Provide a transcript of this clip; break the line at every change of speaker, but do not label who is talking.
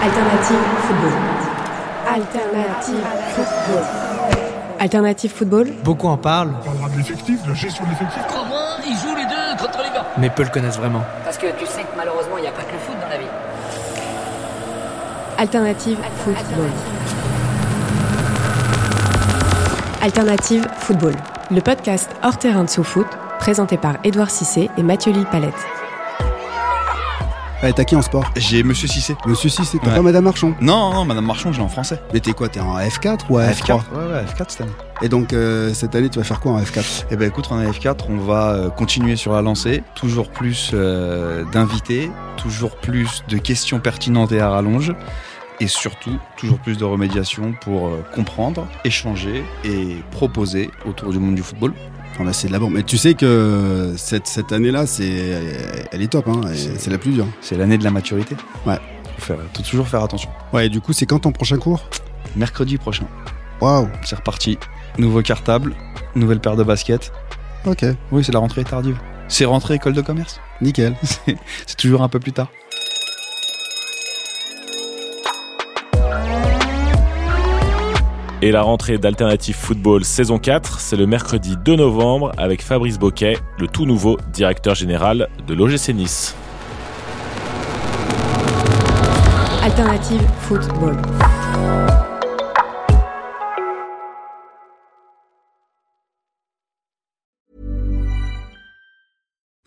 Alternative football. Alternative football. Alternative football
Beaucoup en parlent,
On parlera de l'effectif, de la gestion de l'effectif.
Comment ils jouent les deux contre les gars
mais peu le connaissent vraiment.
Parce que tu sais que malheureusement, il n'y a pas que le foot dans la vie.
Alternative football. Alternative football. Le podcast hors terrain de sous-foot, présenté par Édouard Cissé et Mathieu Lille Palette.
Ouais, t'as qui en sport
J'ai Monsieur Cissé.
Monsieur si c'est t'as
Ouais.
pas Madame Marchand
Non, non, Madame Marchand, je l'ai en français.
Mais t'es quoi T'es en F4 ou en F3
Ouais, ouais, F4 cette année.
Et donc euh, cette année, tu vas faire quoi en F4
Eh ben écoute, on est à F4, on va euh, continuer sur la lancée. Toujours plus euh, d'invités, toujours plus de questions pertinentes et à rallonge. Et surtout, toujours plus de remédiation pour euh, comprendre, échanger et proposer autour du monde du football.
Non, là, bah, c'est de la bombe. Mais tu sais que euh, cette, cette année-là, c'est, elle, elle est top. Hein, et
C'est-
c'est la plus dure.
C'est l'année de la maturité.
Ouais.
Faut faire, faut toujours faire attention.
Ouais, et du coup, c'est quand ton prochain cours
Mercredi prochain,
Waouh,
c'est reparti. Nouveau cartable, nouvelle paire de baskets.
ok,
Oui, c'est la rentrée tardive. C'est rentrée école de commerce.
nickel.
C'est c'est toujours un peu plus tard.
Et la rentrée d'Alternative Football saison 4, c'est le mercredi 2 novembre avec Fabrice Boquet, le tout nouveau directeur général de l'OGC Nice.
Alternative football.